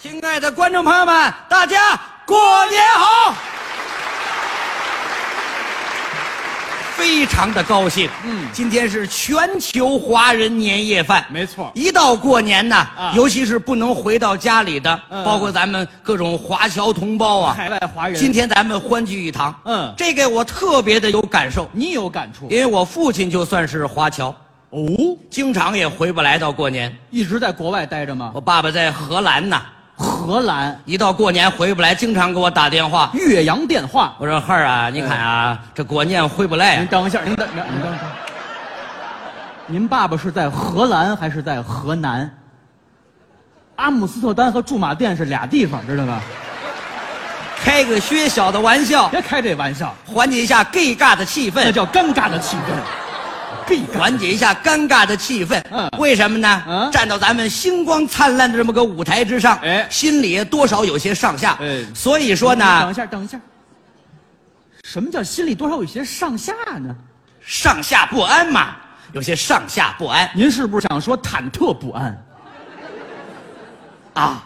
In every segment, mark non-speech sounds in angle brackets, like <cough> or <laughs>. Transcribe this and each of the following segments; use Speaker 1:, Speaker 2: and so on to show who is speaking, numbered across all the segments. Speaker 1: 亲爱的观众朋友们，大家过年好！非常的高兴，嗯，今天是全球华人年夜饭，
Speaker 2: 没错
Speaker 1: 一到过年呢，
Speaker 2: 啊
Speaker 1: 尤其是不能回到家里的，
Speaker 2: 嗯
Speaker 1: 包括咱们各种华侨同胞啊，
Speaker 2: 海外华人
Speaker 1: 今天咱们欢聚一堂，
Speaker 2: 嗯
Speaker 1: 这个我特别的有感受，
Speaker 2: 你有感触
Speaker 1: 因为我父亲就算是华侨，
Speaker 2: 哦？
Speaker 1: 经常也回不来到过年。
Speaker 2: 一直在国外待着吗？
Speaker 1: 我爸爸在荷兰呐，
Speaker 2: 荷兰
Speaker 1: 一到过年回不来，经常给我打电话。
Speaker 2: 岳阳电话。
Speaker 1: 我说孩儿啊，你看啊，
Speaker 2: 哎
Speaker 1: 这过年回不来
Speaker 2: 您
Speaker 1: 啊。
Speaker 2: 等一下，您等，您等一下。您爸爸是在荷兰还是在河南？阿姆斯特丹和驻马店是俩地方，知道吧？
Speaker 1: 开个薛小的玩笑，
Speaker 2: 别开这玩笑，
Speaker 1: 缓解一下尴尬的气
Speaker 2: 那
Speaker 1: 氛，
Speaker 2: 叫尴尬的气氛。必尬。
Speaker 1: 缓解一下尴尬的气氛。
Speaker 2: 嗯
Speaker 1: 为什么呢？
Speaker 2: 嗯
Speaker 1: 站到咱们星光灿烂的这么个舞台之上，
Speaker 2: 哎
Speaker 1: 心里多少有些上下。
Speaker 2: 哎嗯
Speaker 1: 所以说
Speaker 2: 等
Speaker 1: 呢
Speaker 2: 一，下，等一下。什么叫心里多少有些上下呢？
Speaker 1: 上下不安嘛，有些上下不安
Speaker 2: 您是不是想说忐忑不安？
Speaker 1: 啊。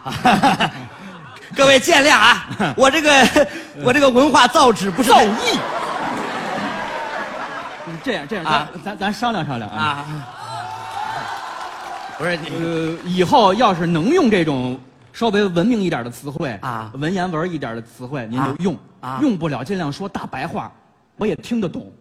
Speaker 1: 各位见谅啊，我这个我这个文化造诣不是
Speaker 2: 嗯造
Speaker 1: 太
Speaker 2: 诣。你这样这样，
Speaker 1: 啊
Speaker 2: 咱咱咱商量商量啊。
Speaker 1: 啊，不是你
Speaker 2: 呃，以后要是能用这种稍微文明一点的词汇
Speaker 1: 啊
Speaker 2: 文言文一点的词汇，您
Speaker 1: 啊
Speaker 2: 就用
Speaker 1: 啊
Speaker 2: 用不了尽量说大白话，我也听
Speaker 1: <laughs>
Speaker 2: 得懂。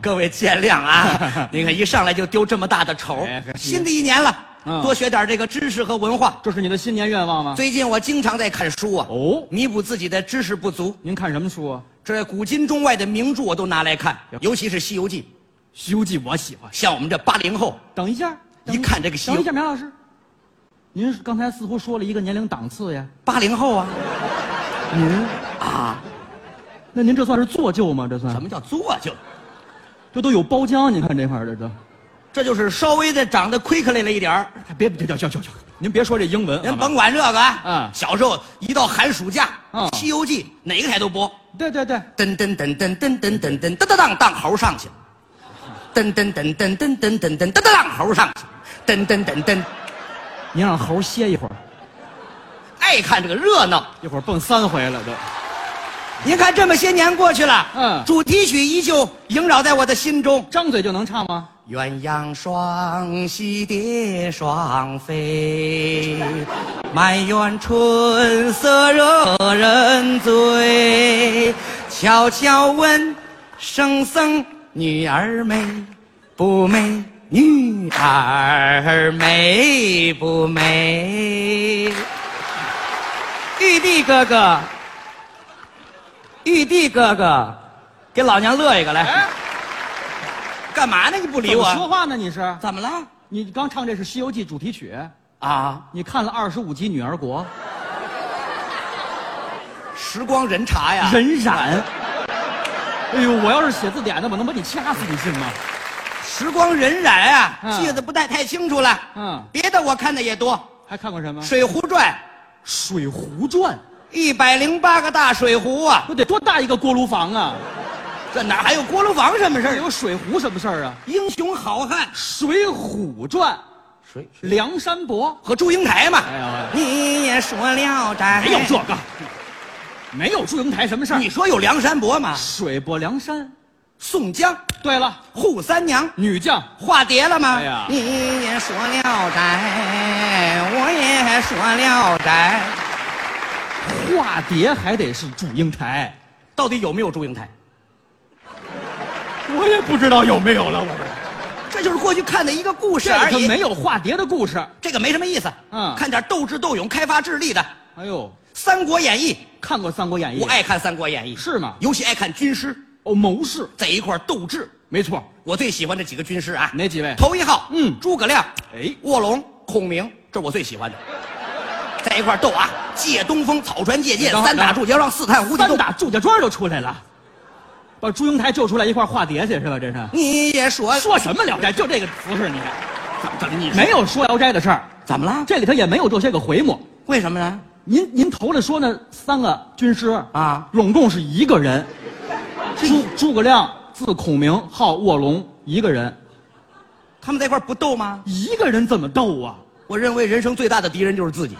Speaker 1: 各位见谅啊！ <laughs> 你看一上来就丢这么大的仇
Speaker 2: 哎，
Speaker 1: 新的一年了，
Speaker 2: 嗯
Speaker 1: 多学点这个知识和文化。
Speaker 2: 这是你的新年愿望吗？
Speaker 1: 最近我经常在看书啊，
Speaker 2: 哦
Speaker 1: 弥补自己的知识不足。
Speaker 2: 您看什么书啊？
Speaker 1: 这古今中外的名著我都拿来看，尤其是《西游记》。
Speaker 2: 《西游记》我喜欢。
Speaker 1: 像我们这八零后，
Speaker 2: 等一下，等
Speaker 1: 一看这个西游
Speaker 2: 等一下，苗老师，您是刚才似乎说了一个年龄档次呀。
Speaker 1: 八零后啊，
Speaker 2: 您，
Speaker 1: 啊，
Speaker 2: 那您这算是做旧吗？这算
Speaker 1: 什么叫做就？
Speaker 2: 这都有包浆，您看这块儿这都。
Speaker 1: 这就是稍微的长得 quickly 了一点儿。
Speaker 2: 别别别别别！您别说这英文，
Speaker 1: 您甭管这个啊，
Speaker 2: 嗯
Speaker 1: 小时候一到寒暑假，
Speaker 2: 嗯
Speaker 1: 西游记》哪个台都播。
Speaker 2: 对对对，
Speaker 1: 噔噔噔噔噔噔噔噔噔噔当当猴上去，噔噔噔噔噔噔噔噔噔当猴上去，噔噔噔噔，
Speaker 2: 您让猴歇一会儿，
Speaker 1: 爱看这个热闹。
Speaker 2: 一会儿蹦三回了都。
Speaker 1: 您看这么些年过去了，
Speaker 2: 嗯
Speaker 1: 主题曲依旧萦绕在我的心中。
Speaker 2: 张嘴就能唱吗？
Speaker 1: 鸳鸯双栖蝶双飞，满园春色惹人醉。悄悄问圣僧女儿美不美？女儿美不美？玉帝哥哥，玉帝哥哥，给老娘乐一个来！干嘛呢？你不理
Speaker 2: 哎怎
Speaker 1: 我？
Speaker 2: 么说话呢？你是？
Speaker 1: 怎么了？
Speaker 2: 你刚唱这是《西游记》主题曲，
Speaker 1: 啊，
Speaker 2: 你看了二十五集《女儿国
Speaker 1: 时光荏茶》，呀，
Speaker 2: 人染。哎呦，我要是写字典的，我能把你掐死，你信吗？
Speaker 1: 时光荏苒啊，
Speaker 2: 嗯
Speaker 1: 记得不太太清楚了。
Speaker 2: 嗯
Speaker 1: 别的我看的也多，
Speaker 2: 还看过什么？
Speaker 1: 《
Speaker 2: 《
Speaker 1: 水浒传
Speaker 2: 水浒传》》
Speaker 1: 一百零八个大水壶啊，
Speaker 2: 那得多大一个锅炉房啊！
Speaker 1: 这哪还有锅炉房什么事
Speaker 2: 这
Speaker 1: 儿？
Speaker 2: 有水浒什么事儿啊？
Speaker 1: 英雄好汉
Speaker 2: 《水浒传》，
Speaker 1: 水
Speaker 2: 梁山伯。
Speaker 1: 和祝英台嘛
Speaker 2: 哎呦喂。
Speaker 1: 你也说聊斋，
Speaker 2: 没有这个，没有祝英台什么事儿
Speaker 1: 你。说有梁山伯吗？
Speaker 2: 水泊梁山。
Speaker 1: 宋江、
Speaker 2: 对了，
Speaker 1: 扈三娘。
Speaker 2: 女将
Speaker 1: 化蝶了吗？
Speaker 2: 哎呀
Speaker 1: 你也说聊斋，我也说聊斋，
Speaker 2: 化蝶还得是祝英台。
Speaker 1: 到底有没有祝英台？
Speaker 2: 我也不知道有没有了，我这
Speaker 1: 这就是过去看的一个故事
Speaker 2: 这
Speaker 1: 而
Speaker 2: 里头
Speaker 1: 已，
Speaker 2: 没有化蝶的故事。
Speaker 1: 这个没什么意思。
Speaker 2: 嗯
Speaker 1: 看点斗智斗勇、开发智力的《
Speaker 2: 哎呦，
Speaker 1: 三国演义
Speaker 2: 看过《三国演义》？
Speaker 1: 我爱看《三国演义》，
Speaker 2: 哎是吗
Speaker 1: 尤其爱看军师
Speaker 2: 哦，谋士，
Speaker 1: 在一块儿斗智。
Speaker 2: 没错。
Speaker 1: 我最喜欢这几个军师啊，
Speaker 2: 哪几位
Speaker 1: 头一号，
Speaker 2: 嗯
Speaker 1: 诸葛亮、
Speaker 2: 哎，
Speaker 1: 卧龙、孔明，这是我最喜欢的，在一块儿斗啊，借东风、草船借箭、
Speaker 2: 等会儿
Speaker 1: 三打
Speaker 2: 等
Speaker 1: 祝家庄、四探无底
Speaker 2: 三
Speaker 1: 洞。
Speaker 2: 打祝家庄就出来了，把祝英台救出来一块儿化蝶去是吧？这是
Speaker 1: 你也说
Speaker 2: 说什么《聊斋》？就这个词是你
Speaker 1: 怎怎么你
Speaker 2: 没有说《聊斋》的事儿，
Speaker 1: 怎么了？
Speaker 2: 这里头也没有这些个回目。
Speaker 1: 为什么呢？
Speaker 2: 您您头里说那三个军师
Speaker 1: 啊
Speaker 2: 拢共是一个人，诸诸葛亮字孔明，号卧龙，一个人，
Speaker 1: 他们在一块儿不斗吗？
Speaker 2: 一个人怎么斗啊？
Speaker 1: 我认为人生最大的敌人就是自己。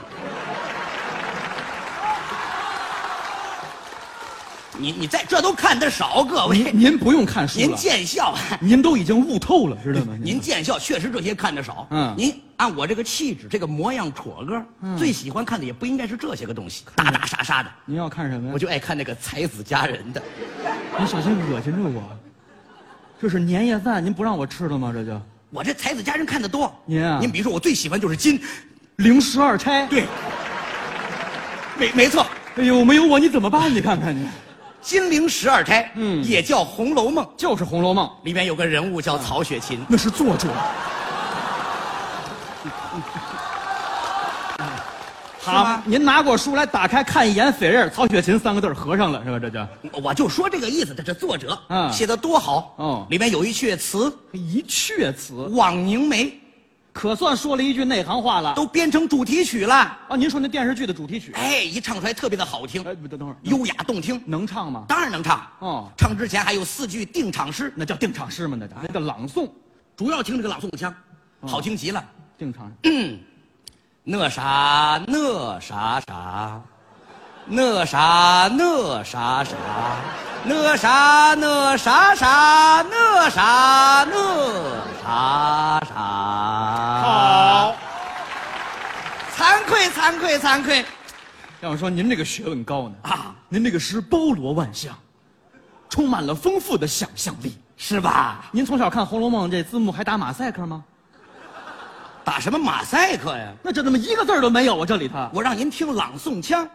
Speaker 1: 你你在这都看得少，各位，
Speaker 2: 您您不用看书
Speaker 1: 哎您
Speaker 2: 了，
Speaker 1: 见笑，啊
Speaker 2: 您都已经悟透了，知道 <laughs> 吗？
Speaker 1: 您见笑，确实这些看得少。
Speaker 2: 嗯
Speaker 1: 您按我这个气质、这个模样、戳个，最喜欢看的也不应该是这些个东西，打打杀杀的，
Speaker 2: 您要看什么呀
Speaker 1: 我？就爱看那个才子佳人的。
Speaker 2: 您小心恶心着我。这是年夜饭，您不让我吃了吗？这就
Speaker 1: 我这才子佳人看得多。
Speaker 2: 您啊
Speaker 1: 您比如说，我最喜欢就是金，
Speaker 2: 零十二钗。
Speaker 1: 对，没没错，
Speaker 2: 哎呦，没有我你怎么办？你看看你，
Speaker 1: 金陵十二钗，
Speaker 2: 嗯
Speaker 1: 也叫《红楼梦》，
Speaker 2: 就是《红楼梦》，
Speaker 1: 里面有个人物叫曹雪芹。
Speaker 2: 那是作者，
Speaker 1: 是吗？
Speaker 2: 您拿过书来，打开看一眼，斐认曹雪芹三个字儿合上了，是吧？这就
Speaker 1: 我就说这个意思，这这作者
Speaker 2: 嗯
Speaker 1: 写的多好
Speaker 2: 哦
Speaker 1: 里面有一阙词
Speaker 2: 一阙
Speaker 1: 《
Speaker 2: 词，
Speaker 1: 枉凝眉》，
Speaker 2: 可算说了一句内行话了。
Speaker 1: 都编成主题曲了。
Speaker 2: 啊，您说那电视剧的主题曲？
Speaker 1: 哎，一唱出来特别的好听，
Speaker 2: 哎，不等等会儿，
Speaker 1: 优雅动听，
Speaker 2: 能唱吗？
Speaker 1: 当然能唱。
Speaker 2: 哦
Speaker 1: 唱之前还有四句定场诗，
Speaker 2: 那叫定场诗吗？那叫那叫朗诵，
Speaker 1: 主要听这个朗诵腔，
Speaker 2: 哦
Speaker 1: 好听极了。
Speaker 2: 定场诗。
Speaker 1: 那啥那啥啥，那啥那啥啥，那啥那啥啥，那啥那啥啥。好，
Speaker 2: 好，
Speaker 1: 惭愧惭愧惭愧。
Speaker 2: 要说您这个学问高呢
Speaker 1: 啊，
Speaker 2: 您这个诗包罗万象，充满了丰富的想象力。
Speaker 1: 是吧？
Speaker 2: 您从小看《红楼梦》这字幕还打马赛克吗？
Speaker 1: 打什么马赛克呀？
Speaker 2: 那这怎么一个字儿都没有啊？这里头
Speaker 1: 我让您听朗诵腔，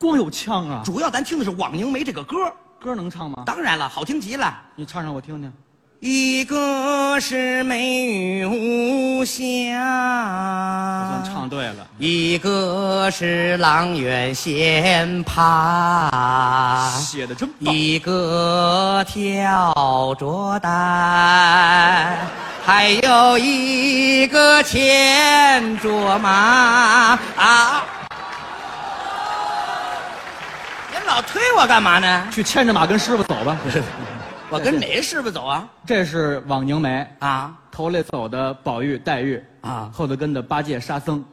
Speaker 2: 光有腔啊！
Speaker 1: 主要咱听的是《枉凝眉》这个歌。
Speaker 2: 歌能唱吗？
Speaker 1: 当然了，好听极了。
Speaker 2: 你唱唱我听听。
Speaker 1: 一个是美玉无
Speaker 2: 我
Speaker 1: 瑕
Speaker 2: 算，唱对了。
Speaker 1: 一个是阆苑仙葩，
Speaker 2: 写的真棒。
Speaker 1: 一个挑着担，还有一个牵着马啊！您老推我干嘛呢？
Speaker 2: <laughs> 去牵着马跟师傅走吧。
Speaker 1: 我跟哪个师傅走啊？
Speaker 2: 这是枉凝眉，
Speaker 1: 啊，
Speaker 2: 头里走的宝玉、黛玉
Speaker 1: 啊
Speaker 2: 后头跟的八戒、沙僧，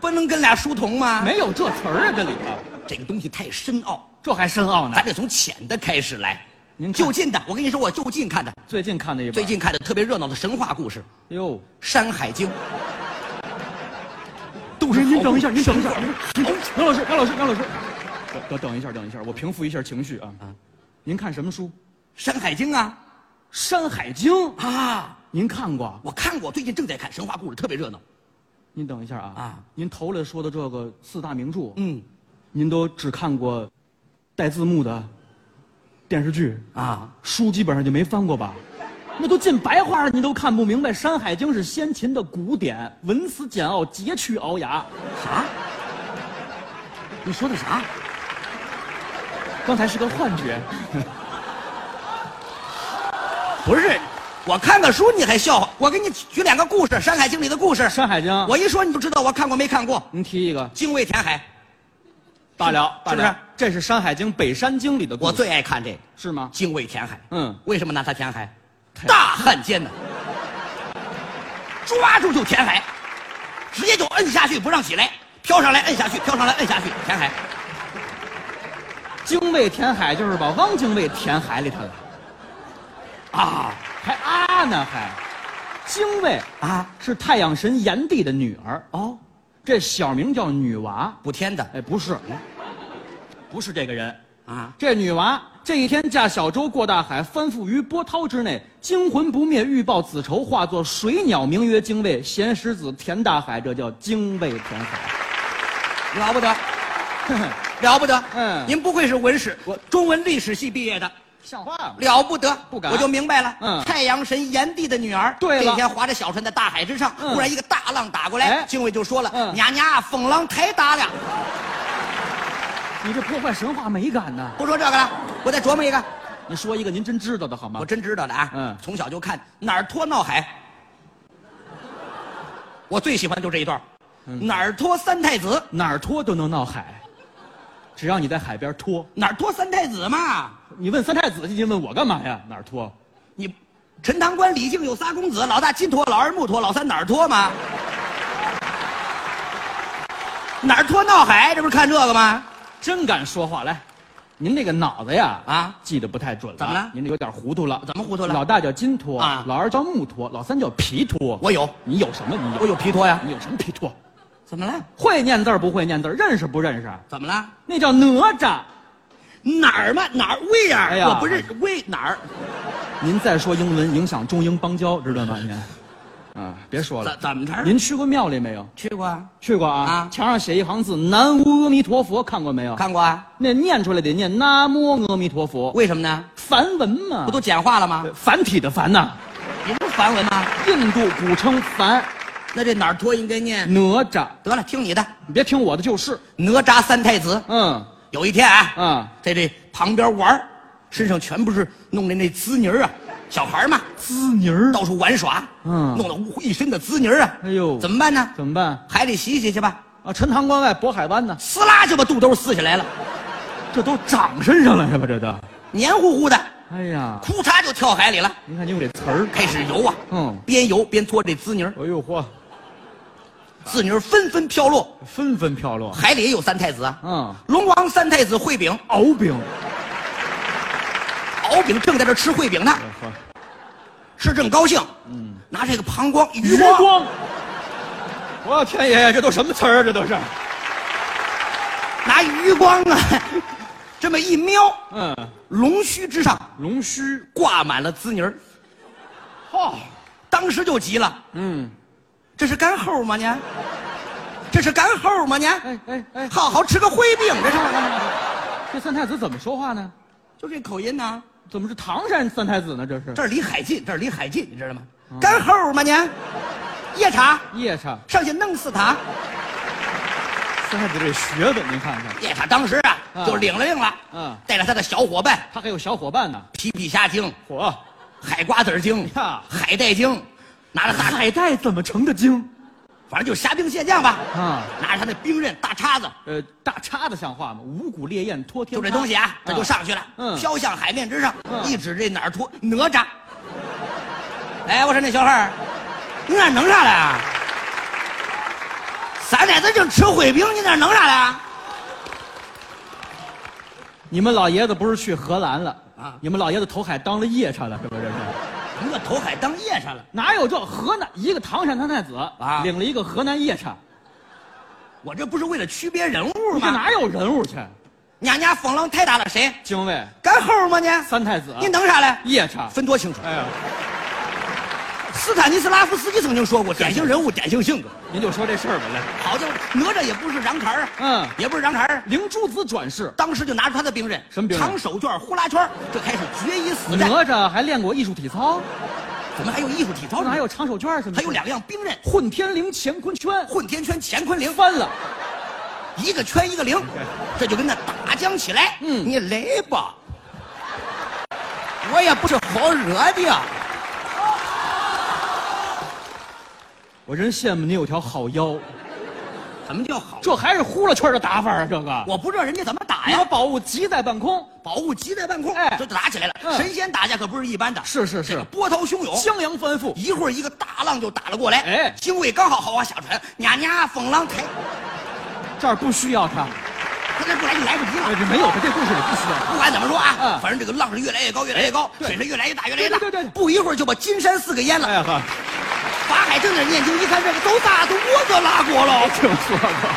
Speaker 1: 不能跟俩书童吗？
Speaker 2: 没有这词儿啊，这里头，
Speaker 1: 这个东西太深奥，
Speaker 2: 这还深奥呢
Speaker 1: 咱。得从浅的开始来。
Speaker 2: 您看
Speaker 1: 就近的，我跟你说，我就近看的，
Speaker 2: 最近看的一本，
Speaker 1: 最近看的特别热闹的神话故事
Speaker 2: 哟，
Speaker 1: 《山海经》，都是
Speaker 2: 您您
Speaker 1: 好
Speaker 2: 等一下，
Speaker 1: 故
Speaker 2: 您
Speaker 1: 事
Speaker 2: 等一下，您等一 <laughs> 下杨老师，杨老师，杨老师，等等等一下，等一下，我平复一下情绪啊。您看什么书？《
Speaker 1: 山海经》啊
Speaker 2: 山海经》，
Speaker 1: 啊！
Speaker 2: 您看过啊？
Speaker 1: 我看过，最近正在看神话故事，特别热闹。
Speaker 2: 您等一下啊。
Speaker 1: 啊，
Speaker 2: 您头里说的这个四大名著，
Speaker 1: 嗯
Speaker 2: 您都只看过带字幕的电视剧，
Speaker 1: 啊，
Speaker 2: 书基本上就没翻过吧？那都进白话了，你都看不明白。《山海经》是先秦的古典，文辞简奥，佶屈聱牙。
Speaker 1: 啥？你说的啥？
Speaker 2: 刚才是个幻觉，
Speaker 1: 不是，我看个书你还笑话？我给你举两个故事，《山海经》里的故事。
Speaker 2: 《山海经》
Speaker 1: 我一说你就知道我看过没看过，《
Speaker 2: 您提一个，
Speaker 1: 精卫填海》，
Speaker 2: 大辽，
Speaker 1: 是
Speaker 2: 大
Speaker 1: 不
Speaker 2: 辽，
Speaker 1: 是
Speaker 2: 这是《山海经·北山经》里的故事，
Speaker 1: 我最爱看这个。
Speaker 2: 是吗？
Speaker 1: 精卫填海。
Speaker 2: 嗯
Speaker 1: 为什么拿它填海？
Speaker 2: 太
Speaker 1: 大汉奸呢，抓住就填海，直接就摁下去不让起来，飘上来摁下去，飘上来摁下去，填海。
Speaker 2: 精卫填海就是把汪精卫填海里头了，
Speaker 1: 啊
Speaker 2: 还啊呢还，精卫
Speaker 1: 啊
Speaker 2: 是太阳神炎帝的女儿，
Speaker 1: 哦，
Speaker 2: 这小名叫女娃。
Speaker 1: 补天的
Speaker 2: 哎，不是，不是这个人。
Speaker 1: 啊，
Speaker 2: 这女娃这一天驾小舟过大海，翻覆于波涛之内，惊魂不灭，欲报子仇，化作水鸟，名曰精卫，衔石子填大海，这叫精卫填
Speaker 1: <laughs>
Speaker 2: 海。
Speaker 1: 了不得，了不得。
Speaker 2: 嗯
Speaker 1: 您不愧是文史，
Speaker 2: 我
Speaker 1: 中文历史系毕业的，
Speaker 2: 像话吗？
Speaker 1: 了不得。
Speaker 2: 不敢
Speaker 1: 我就明白了。
Speaker 2: 嗯
Speaker 1: 太阳神炎帝的女儿，
Speaker 2: 对了
Speaker 1: 这天划着小船在大海之上，
Speaker 2: 嗯
Speaker 1: 忽然一个大浪打过来，
Speaker 2: 哎
Speaker 1: 精卫就说了：“
Speaker 2: 嗯
Speaker 1: 娘啊娘，风浪太大了。”
Speaker 2: 你这破坏神话美感呢？
Speaker 1: 不说这个了，我再琢磨一个。
Speaker 2: 你说一个您真知道的好吗
Speaker 1: 我？真知道的啊，
Speaker 2: 嗯
Speaker 1: 从小就看哪儿拖闹海，我最喜欢的就这一段儿，
Speaker 2: 嗯
Speaker 1: 哪儿拖三太子，
Speaker 2: 哪儿拖都能闹海，只要你在海边拖。
Speaker 1: 哪儿拖三太子嘛，
Speaker 2: 你问三太子，你问我干嘛呀？哪儿拖？
Speaker 1: 你陈塘关李靖有仨公子，老大金拖，老二木拖，老三哪儿拖嘛？哪儿拖闹海，这不是看这个吗？
Speaker 2: 真敢说话来，您这个脑子呀
Speaker 1: 啊
Speaker 2: 记得不太准了，
Speaker 1: 怎么了
Speaker 2: 您这有点糊涂了。
Speaker 1: 怎么糊涂了
Speaker 2: 老大叫金托
Speaker 1: 啊
Speaker 2: 老二叫木托，老三叫皮托。
Speaker 1: 我有，
Speaker 2: 你有什么？你有
Speaker 1: 我有皮托呀。
Speaker 2: 你有什么皮托？
Speaker 1: 怎么了？
Speaker 2: 会念字儿不会念字儿？认识不认识啊？
Speaker 1: 怎么了？
Speaker 2: 那叫哪吒。
Speaker 1: 哪儿嘛？哪儿？Where？、
Speaker 2: 哎呀
Speaker 1: 我不认识 Where 哪儿？
Speaker 2: 您再说英文影响中英邦交，知道吗？您，啊，别说了
Speaker 1: 怎。怎么着？
Speaker 2: 您去过庙里没有？
Speaker 1: 去过啊？
Speaker 2: 去过啊？
Speaker 1: 啊
Speaker 2: 墙上写一行字“南无阿弥陀佛”，看过没有？
Speaker 1: 看过啊？
Speaker 2: 那念出来得念“南无阿弥陀佛
Speaker 1: 为什么呢”，？
Speaker 2: 梵文嘛，
Speaker 1: 不都简化了吗？
Speaker 2: 繁体的繁呐。
Speaker 1: 你不是梵文吗？
Speaker 2: 印度古称梵
Speaker 1: 那这哪儿托应该念？
Speaker 2: 哪吒，
Speaker 1: 得了，听你的。
Speaker 2: 你别听我的就是。
Speaker 1: 哪吒三太子
Speaker 2: 嗯
Speaker 1: 有一天啊，
Speaker 2: 啊，
Speaker 1: 在这旁边玩儿身上全部是弄的那滋泥儿啊，小孩儿嘛，
Speaker 2: 滋泥儿
Speaker 1: 到处玩耍，
Speaker 2: 嗯
Speaker 1: 弄得呜一身的滋泥儿啊，
Speaker 2: 哎呦
Speaker 1: 怎么办呢？
Speaker 2: 怎么办
Speaker 1: 海里洗洗去吧，
Speaker 2: 啊？陈塘关外渤海湾呢？
Speaker 1: 撕拉就把肚兜撕下来了，
Speaker 2: 这都长身上了是吧？这都。
Speaker 1: 黏糊糊的，
Speaker 2: 哎呀，
Speaker 1: 哭嚓就跳海里了，
Speaker 2: 您看用这词儿，
Speaker 1: 开始游啊，
Speaker 2: 嗯
Speaker 1: 边游边搓这滋泥儿，
Speaker 2: 哎呦嚯，
Speaker 1: 滋泥儿纷纷飘落，
Speaker 2: 纷纷飘落。
Speaker 1: 海里也有三太子啊，
Speaker 2: 嗯，
Speaker 1: 龙王三太子烩饼，
Speaker 2: 敖丙。
Speaker 1: 敖丙正在这吃烩饼呢，
Speaker 2: 哎嚯
Speaker 1: 吃正高兴，嗯，拿这个膀胱
Speaker 2: 余
Speaker 1: 余光
Speaker 2: 光。我要天爷呀，这都什么词儿啊？这都是。
Speaker 1: 拿余光啊， <laughs> 这么一瞄，
Speaker 2: 嗯，
Speaker 1: 龙须之上
Speaker 2: 龙须。
Speaker 1: 挂满了滋泥儿，
Speaker 2: 嚯、
Speaker 1: 当时就急了，
Speaker 2: 嗯，
Speaker 1: 这是干猴吗呢？这是干猴吗呢？
Speaker 2: 哎哎哎，
Speaker 1: 好好吃个灰饼，这
Speaker 2: 别
Speaker 1: 是
Speaker 2: 唱了，别唱了。这三太子怎么说话呢？
Speaker 1: 就这口音呢、
Speaker 2: 怎么是唐山三太子呢？这是
Speaker 1: 这儿离海近，这儿离海近，你知道吗？干猴吗呢？夜叉
Speaker 2: 夜叉
Speaker 1: 上去弄死他！
Speaker 2: 三太子这学问，您看看，
Speaker 1: 夜叉当时啊
Speaker 2: 啊
Speaker 1: 就领了令了，
Speaker 2: 嗯
Speaker 1: 带着他的小伙伴
Speaker 2: 他还有小伙伴呢。
Speaker 1: 皮皮虾精、
Speaker 2: 火
Speaker 1: 海瓜子 <laughs> 精、
Speaker 2: 呀
Speaker 1: 海带精，拿着大，
Speaker 2: 海带怎么成的精？
Speaker 1: 反正就虾兵蟹将吧，
Speaker 2: 啊
Speaker 1: 拿着他那兵刃、大叉子，
Speaker 2: 呃，大叉子像话吗？五谷烈焰托天，
Speaker 1: 就这东西啊，他就。上去了，
Speaker 2: 嗯
Speaker 1: 飘向海面之上，
Speaker 2: 嗯
Speaker 1: 一指这哪儿脱哪吒。哎，我说那小孩儿，你哪弄啥来啊？三太子正吃烩饼，你哪弄啥来啊？
Speaker 2: 你们老爷子不是去荷兰了
Speaker 1: 啊
Speaker 2: 你们老爷子投海当了夜叉了，是不是？这是
Speaker 1: 你可投海当夜叉了？
Speaker 2: 哪有这河南一个唐山三太子
Speaker 1: 啊
Speaker 2: 领了一个河南夜叉，
Speaker 1: 我这不是为了区别人物
Speaker 2: 这
Speaker 1: 吗？
Speaker 2: 哪有人物去？
Speaker 1: 娘娘风浪太大了，谁
Speaker 2: 精卫
Speaker 1: 干猴吗你？
Speaker 2: 三太子，
Speaker 1: 你弄啥来？
Speaker 2: 夜叉。
Speaker 1: 分多清楚。
Speaker 2: 哎呀，
Speaker 1: 斯坦尼斯拉夫斯基曾经说过，典型人物，典型性格。
Speaker 2: 您就说这事儿吧，来，
Speaker 1: 好家伙，哪吒也不是瓤坎儿，啊
Speaker 2: 嗯
Speaker 1: 也不是瓤坎儿，
Speaker 2: 灵珠子转世，
Speaker 1: 当时就拿出他的兵刃，
Speaker 2: 什么兵刃
Speaker 1: 长手绢、呼啦圈，就开始决一死战。
Speaker 2: 哪吒还练过艺术体操，
Speaker 1: 怎么还有艺术体操？
Speaker 2: 哪有？长手绢什么的？
Speaker 1: 还有两样兵刃，
Speaker 2: 混天绫乾坤圈，
Speaker 1: 混天圈、乾坤铃，
Speaker 2: 翻了。
Speaker 1: 一个圈一个
Speaker 2: <laughs>
Speaker 1: 铃，这就跟那打将起来。
Speaker 2: 嗯
Speaker 1: 你来吧，我也不是好惹的。
Speaker 2: 我真羡慕您有条好腰，
Speaker 1: 怎么叫好？
Speaker 2: 这还是呼啦圈的打法啊！这个，
Speaker 1: 我不知道人家怎么打
Speaker 2: 你把
Speaker 1: 呀。
Speaker 2: 宝物急在半空，
Speaker 1: 宝物急在半空，
Speaker 2: 嗯哎
Speaker 1: 这就打起来了。
Speaker 2: 嗯
Speaker 1: 神仙打架可不是一般的，
Speaker 2: 是是是
Speaker 1: 这个波涛汹涌。
Speaker 2: 襄阳翻覆，
Speaker 1: 一会儿一个大浪就打了过来，
Speaker 2: 哎
Speaker 1: 精卫刚好好啊往下船，呀呀，风浪抬，
Speaker 2: 这儿不需要他，
Speaker 1: 他这不来就来不及
Speaker 2: 哎
Speaker 1: 了。
Speaker 2: 这没有他，这故事里不需要他。
Speaker 1: 不管怎么说啊，
Speaker 2: 嗯
Speaker 1: 反正这个浪是越来越高，越来越高，
Speaker 2: 对
Speaker 1: 水是越来越大，越来越大。
Speaker 2: 哎对对对对
Speaker 1: 不一会儿就把金山寺给淹了。
Speaker 2: 哎呀呵，
Speaker 1: 法海正在念经，一看这个都大都我就拉锅了。
Speaker 2: 听说过，啊